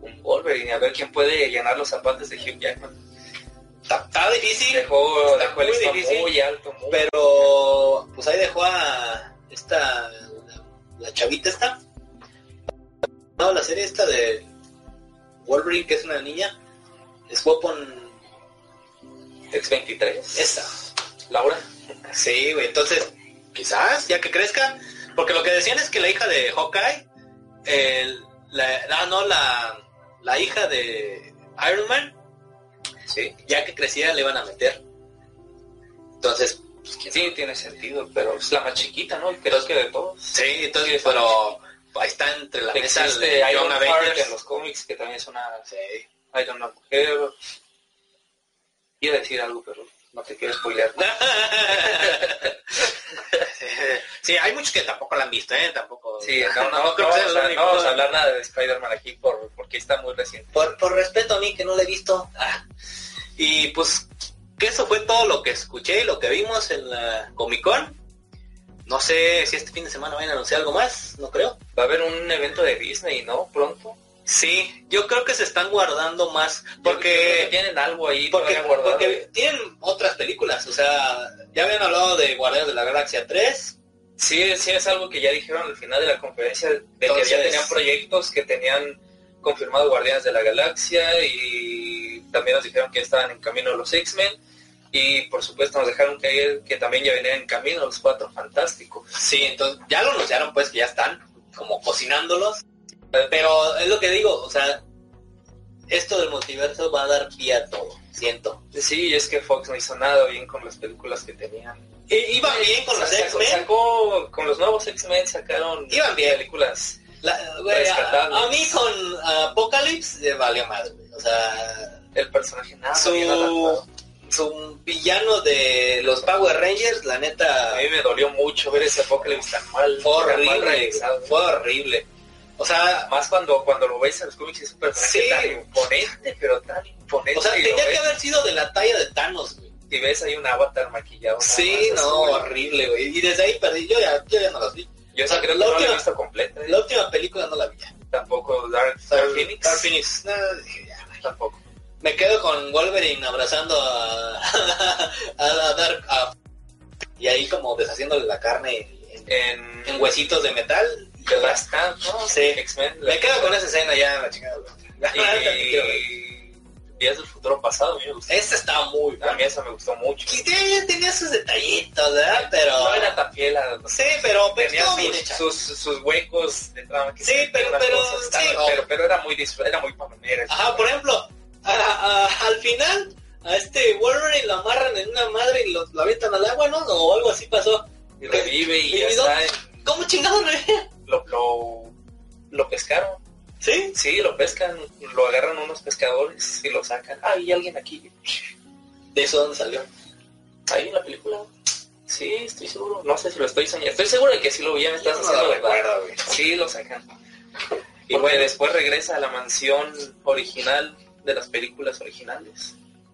un Wolverine, a ver quién puede llenar los zapatos de Hugh Jackman. Está, está difícil, Dejó, Está dejó el muy listón difícil. muy alto, muy pero pues ahí dejó a esta, la, la chavita esta. No, la serie esta de Wolverine, que es una niña, es Weapon X23. esta. Laura. Sí, güey, entonces, quizás, ya que crezca, porque lo que decían es que la hija de Hawkeye, el, la, ah, no, la, la hija de Iron Man, Sí, ya que creciera le iban a meter. Entonces, pues que sí, tiene sentido, pero es la más chiquita, ¿no? Creo que de todos. sí, entonces, pero ahí está entre la mesa el Existe Young Iron Heart Avengers. en los cómics, que también es una Sí. Iron Man mujer. Quiero decir algo, pero no te quiero spoilear. sí, hay muchos que tampoco la han visto, ¿eh? Tampoco. Sí, no, no, no, creo que sea vamos el a, único. no vamos a hablar nada de Spider-Man aquí por, porque está muy reciente. Por, por respeto a mí, que no la he visto. Ah. Y pues, que eso fue todo lo que escuché y lo que vimos en la Comic Con. No sé si este fin de semana van a anunciar algo más, no creo. Va a haber un evento de Disney, ¿no? Pronto. Sí, yo creo que se están guardando más Yo creo que porque tienen algo ahí porque, todavía guardado. porque tienen otras películas, o sea, ya habían hablado de Guardianes de la Galaxia 3, Sí, sí, es algo que ya dijeron al final de la conferencia, de Entonces- que ya tenían proyectos que tenían confirmado Guardianes de la Galaxia y también nos dijeron que estaban en camino los X-Men y por supuesto nos dejaron caer que también ya venían en camino los Cuatro Fantásticos. sí, entonces ya lo anunciaron pues que ya están como cocinándolos, pero es lo que digo, o sea, esto del multiverso va a dar pie a todo, siento. Sí, es que Fox no hizo nada bien con las películas que tenían. I- Iban bien con los Sacó- X-Men. Sacó, con los nuevos X-Men sacaron Iban bien. películas. La- güey, A, Rescatables. a mí con Apocalypse le valió madre. güey. O sea, El personaje nada bien adaptado. su, su villano de los Power Rangers, la neta, A mí me dolió mucho ver ese Apocalypse tan mal, fue tan mal horrible. realizado. Fue horrible. O sea, Más cuando, cuando lo ves en los cómics es un personaje Sí. tan imponente, pero tan imponente. o sea y, lo tenía que ves, haber sido de la talla de Thanos. güey. y ves ahí un avatar maquillado. nada Sí, más, no, así, güey. horrible, güey. Y desde ahí perdí. Yo ya, yo ya no las vi. Yo o sea, creo que la no lo he última- visto completa. ¿eh? La última película no la vi ya. Tampoco Dark, Dark Phoenix. Dark Phoenix. No, dije, ya, Tampoco. Me quedo con Wolverine abrazando a, a la Dark a- y ahí como deshaciéndole la carne en, En, en huesitos de metal. The Last Stand, ¿no? Sí. X-Men. Me quedo con esa escena ya, la chingada. Y... Y Días del Futuro Pasado, a mí me gustó. Esta está muy A mí buena. esa me gustó mucho. Que tenía, tenía sus detallitos, ¿verdad? Pero... No era tan fiel a los Sí, pero pues, pero tenía estuvo bien sus, hecha. sus, sus huecos de trama que Sí, se- pero- una pero- cosa estaba- sí, o- pero pero era muy dis- era muy palomera Ajá, por ejemplo, a- a- al final a este Wolverine lo amarran en una madre y lo, lo avientan al agua, ¿no? O algo así pasó. y revive y, ¿Y ya dónde? está en- ¿Cómo chingados? re- lo, lo lo pescaron ¿Sí? sí lo pescan lo agarran unos pescadores y lo sacan ah y alguien aquí ¿De eso dónde salió? ahí en la película sí estoy seguro no sé si lo estoy soñando estoy seguro de que sí lo vi ya me estás haciendo recordar. güey. sí lo sacan y bueno después regresa a la mansión original de las películas originales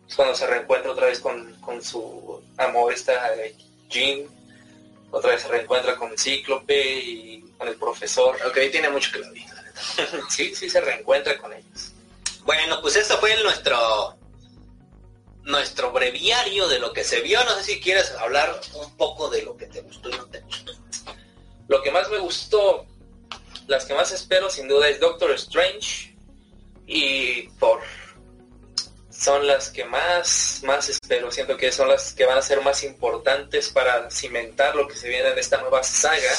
es cuando se reencuentra otra vez con, con su amor esta eh, Jean otra vez se reencuentra con Cíclope y con el profesor Ok, tiene mucho que la vi, la neta. sí sí se reencuentra con ellos Bueno, pues eso fue el nuestro nuestro breviario de lo que se vio. No sé si quieres hablar un poco de lo que te gustó y no te gustó. Lo que más me gustó, las que más espero sin duda es Doctor Strange y Thor. Son las que más, más espero. Siento que son las que van a ser más importantes para cimentar lo que se viene en esta nueva saga.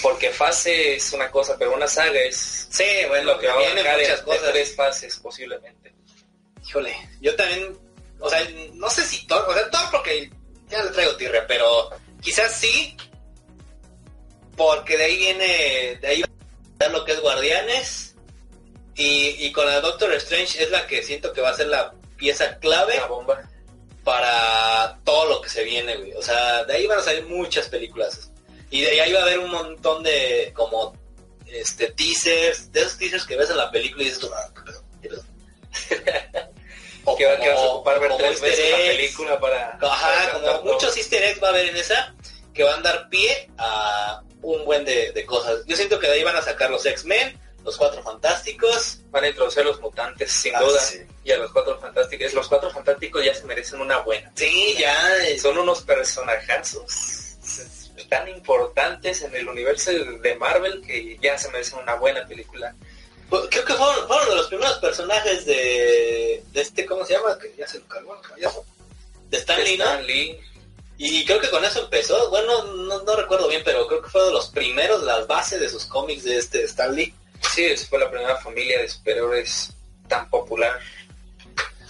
Porque fase es una cosa, pero una saga es Sí, lo que va a vienen abarcar en- muchas en cosas. tres fases posiblemente. Híjole, yo también, o sea, no sé si Thor, o sea, Thor porque ya le traigo tirria, pero quizás sí, porque de ahí viene, de ahí va a estar lo que es Guardianes, y, y con la Doctor Strange es la que siento que va a ser la pieza clave La bomba. para todo lo que se viene, güey. O sea, de ahí van a salir muchas películas. Y de ahí va a haber un montón de como este teasers, de esos teasers que ves en la película y dices tú, ah, qué pedo, qué pedo. O que, va- que vas a como- ocupar ver como tres easter veces la eggs. película para... para Ajá, captar como todo. muchos easter eggs va a haber en esa que van a dar pie a un buen de, de cosas. Yo siento que de ahí van a sacar los X-Men, los Cuatro Fantásticos. Van a introducir los mutantes, sin Ah, duda. sí. Y a los cuatro fantásticos. Los cuatro fantásticos ya se merecen una buena. Sí, ya. es- Son unos personajazos tan importantes en el universo de Marvel que ya se merecen una buena película. Pues, Creo que fueron, fueron de los primeros personajes de, de este, ¿cómo se llama? Que ya se lo cargó el payaso. De Stan Lee, ¿no? Stan Lee, Y creo que con eso empezó. Bueno, no, no recuerdo bien, pero creo que fue de los primeros, las bases de sus cómics de este Stan Lee. sí, fue la primera familia de superhéroes tan popular.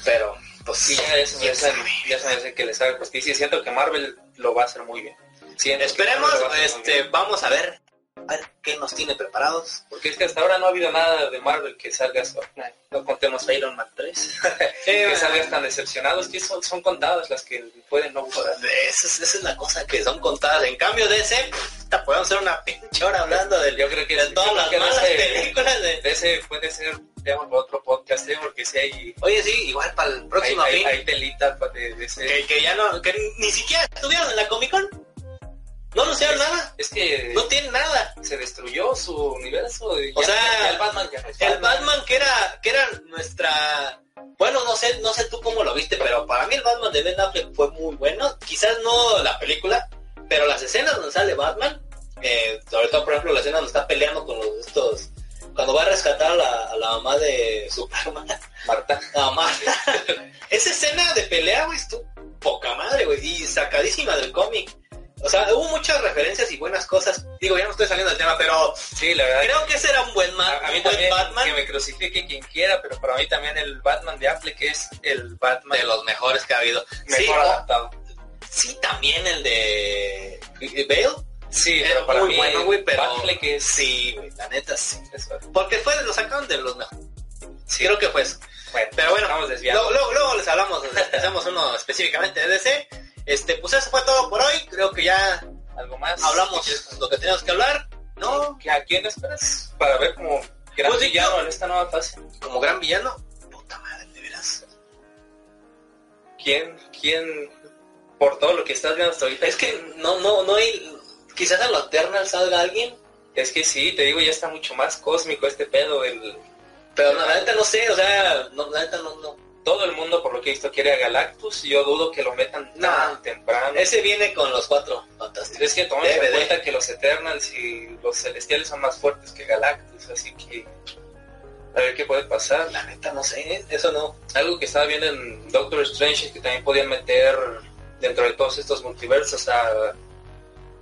Pero, pues Sí, sí, ya, ya se quién merecen, sabe. ya se merecen que les haga justicia. Y siento que Marvel lo va a hacer muy bien. Siento que Esperemos, Marvel lo va a hacer muy este, bien. vamos a ver, a ver qué nos tiene preparados. Porque es que hasta ahora no ha habido nada de Marvel que salga so- No contemos Iron Man 3. que salgas tan decepcionados que son, son contadas las que pueden no gustar. Esa es, esa es la cosa que son contadas. En cambio de ese, puta, podemos hacer una pinche hora hablando del- Yo creo que de todas yo las creo que malas de ese- películas de... de ese puede ser digamos, otro podcast, ¿eh? porque si hay, Oye, sí, igual para el hay, próximo hay, fin, hay telita pa- de, de ese. que, que ya no, que ni siquiera estuvieron en la Comic Con. No anunciaron nada, Es que no tienen nada. se destruyó su universo. y O ya- sea, ya el Batman ya no es El Batman que era, que era nuestra... Bueno, no sé, no sé tú cómo lo viste, pero para mí el Batman de Ben Affleck fue muy bueno. Quizás no la película, pero las escenas donde sale Batman, eh, sobre todo por ejemplo la escena donde está peleando con los estos, cuando va a rescatar a la, a la mamá de Superman, Marta. la mamá. Esa escena de pelea, güey, estuvo poca madre, güey, y sacadísima del cómic. O sea, hubo muchas referencias y buenas cosas. Digo, ya no estoy saliendo del tema, pero Sí, la verdad. creo que ese era un buen, ma- A, a mí un buen también, Batman. que me crucifique quien quiera, pero para mí también el Batman de Affleck es el Batman de los mejores que ha habido. Sí, mejor o- adaptado. sí, también el de Bale. Sí, Era pero para muy mí bueno, güey, pero- Affleck es... Sí, güey, la neta sí. es- Porque fue, lo sacaron de los mejores. Sí. Creo que fue eso. Bueno, Pero bueno, estamos desviando. Luego, luego, luego les hablamos, les hacemos uno específicamente de DC. Este, pues eso fue todo por hoy. Creo que ya ¿Algo más? hablamos lo que teníamos que hablar. No, ¿No? ¿que ¿a quién esperas? Para ver como gran Pues sí, villano yo- en esta nueva fase. Como gran villano. Puta madre, de veras. ¿Quién, quién, por todo lo que estás viendo hasta ahorita? Es que no, no, no hay. Quizás en los Eternal salga alguien. es que sí, te digo, ya está mucho más cósmico este pedo. El, Pero no, la neta no sé, o sea, no, la neta no, no. todo el mundo, por lo que he visto, quiere a Galactus. Yo dudo que lo metan No. tan temprano. Es, Ese viene con los cuatro fantásticos. que tomemos en Debe de. cuenta que los Eternals y los Celestiales son más fuertes que Galactus, así que... A ver qué puede pasar. La neta no sé, eso no. Algo que estaba viendo en Doctor Strange es que también podían meter dentro de todos estos multiversos a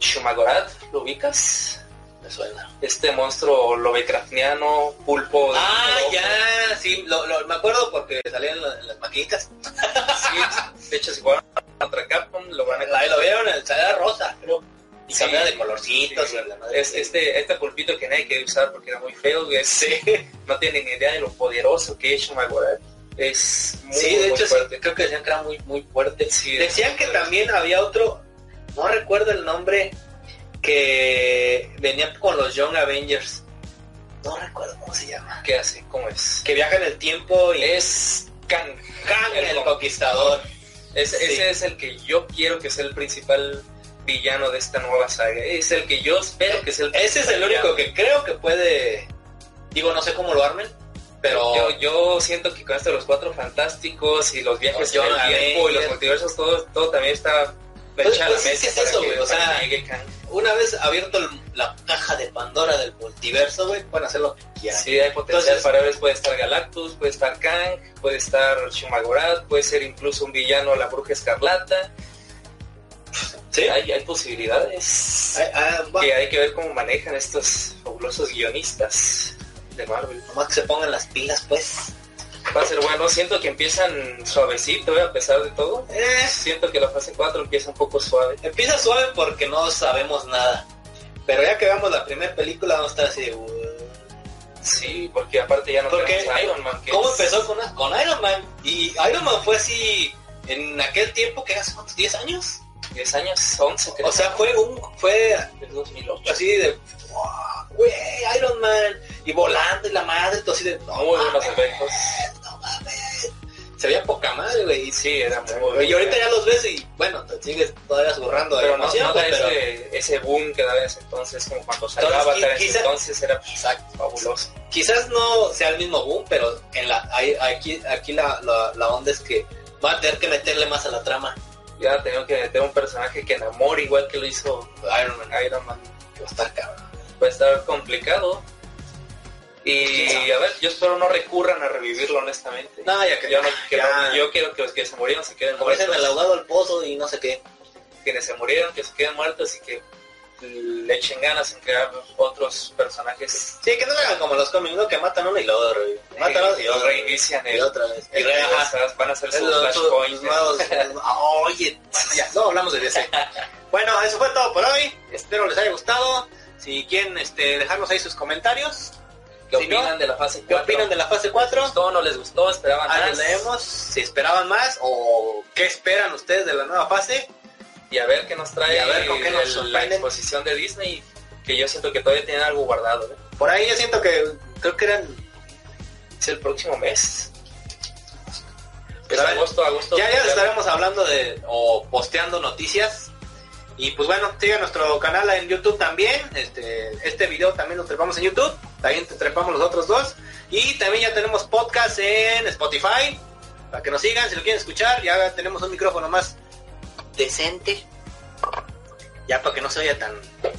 Shumagorath, ¿lo ubicas? Me suena. Este monstruo lobecrafniano, pulpo. de Ah, ojo. ya, sí, lo, lo- me acuerdo porque salían en, la- en las maquinitas. Sí, de hecho, si jugaron contra Capcom, lo van a Ahí lo vieron, el- salía rosa, creo. Y Sí. cambiaba de colorcitos. Sí. y la madre. Es- este, este pulpito que nadie quería usar porque era muy feo, güey, es- no tienen ni idea de lo poderoso que es Shumagorath. Es muy, sí, de muy hecho, sí, fuerte. creo que decían que era muy, muy fuerte. Sí, es Decían muy que fuerte. también había otro, no recuerdo el nombre, que venía con los Young Avengers. No recuerdo cómo se llama. ¿Qué hace? ¿Cómo es? Que viaja en el tiempo y Es Kang. Kang, Eh, el el conquistador. Ese, Sí. ese es el que yo quiero que sea el principal villano de esta nueva saga. Es el que yo espero que sea el Ese es el único que creo que puede. Digo, no sé cómo lo armen. Pero Yo, yo siento que con esto de los cuatro fantásticos y los viajes Los en el Young tiempo y los Avengers. multiversos, todo, todo también está Pues- pues echado a la es que mesa es para eso, que- güey, o para sea, que llegue Kang. una vez abierto el- la caja de Pandora del multiverso, güey, pueden hacer lo que quieran. Sí, hay potencial Entonces- para ver, puede estar Galactus, puede estar Kang, puede estar Shumagorat, puede ser incluso un villano la bruja escarlata. ¿Sí? Hay, hay posibilidades Ah, ah, va. que hay que ver cómo manejan estos fabulosos guionistas de Marvel. Nomás que se pongan las pilas, pues. Va a ser bueno, siento que empiezan suavecito, eh, a pesar de todo. Eh, Siento que la fase 4 empieza un poco suave. empieza suave porque no sabemos nada. Pero ya que veamos la primera película, vamos a estar así de... "Uh, Sí, porque aparte ya no Porque- tenemos a Iron Man. que ¿Cómo es- empezó con, con Iron Man? Y Iron Man fue así en aquel tiempo que hace cuántos 10 años. 10 años, 11, creo. O sea, fue un fue del 2008. así de "Wow, güey, Iron Man y volando y la madre, todo así de no, Muy buenos mames, efectos. no mames. Se veía poca madre, güey. Y, Sí, era muy sí, y ahorita ya los ves y bueno, te sigues todavía zurrando de pero no, emoción, no da pues, pero- ese, ese boom que daba en ese entonces, como cuando salió Entonces, Avatar en qui- ese quizá- entonces era pues, Exacto. fabuloso. quizás no sea el mismo boom, pero en la ahí- aquí aquí la, la, la onda es que va a tener que meterle más a la trama Ya tengo que meter un personaje que enamore igual que lo hizo Iron Man. Iron Man. Va a estar cabrón. Va a estar complicado. Y a ver, yo espero no recurran a revivirlo honestamente. No, ya que yo, no quiero, ya. yo quiero que los que se murieron se queden Como dicen muertos. el ahogado al pozo y no sé qué. Quienes se murieron, que se queden muertos y que le echen ganas en crear otros personajes Sí, que no le hagan como los cómics, ¿no? Que matan uno y lo otro. Matan uno y lo otro. reinician Y el, otra vez. Y el- re- ajá. esas van a hacer Es sus lo- sus- flashpoints sus nuevos- Ah, Oye, bueno, ya, no hablamos de DC. Bueno, eso fue todo por hoy. Espero les haya gustado. Si quieren este, dejarnos ahí sus comentarios, ¿Qué Si no, opinan de la fase qué 4? opinan de la fase ¿Les 4. gustó no les gustó? ¿Esperaban Ahí más? los leemos. Si esperaban más o qué esperan ustedes de la nueva fase. Y a ver qué nos trae Y a ver con qué nos el- la sorprenden. exposición de Disney, que yo siento que todavía tienen algo guardado. ¿eh? Por ahí yo siento que creo que eran Es el próximo mes. Pues Es a ver, agosto, agosto. pues Ya, ya octubre. estaremos hablando de o posteando noticias. Y pues bueno, sigue nuestro canal en YouTube también. Este, este video también lo trepamos en YouTube. También te trepamos los otros dos. Y también ya tenemos podcast en Spotify. Para que nos sigan, si lo quieren escuchar, ya tenemos un micrófono más decente. Ya para que no se oya tan,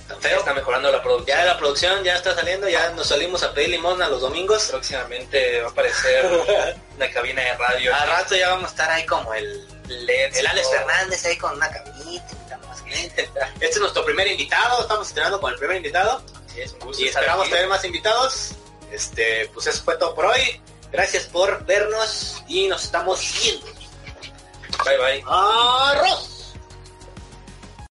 tan Ya feo. está mejorando la producción. Ya la producción ya está saliendo, ya nos salimos a pedir limosna los domingos. Próximamente va a aparecer una cabina de radio. Al rato ya vamos a estar ahí como el LEDs, El Alex ¿no? Fernández ahí con una camita, invitando más gente. Este es nuestro primer invitado, estamos estrenando con el primer invitado Sí, Pues es un gusto y estar esperamos aquí. tener más invitados. Este, pues eso fue todo por hoy. Gracias por vernos y nos estamos viendo. Bye bye. ¡Arroz!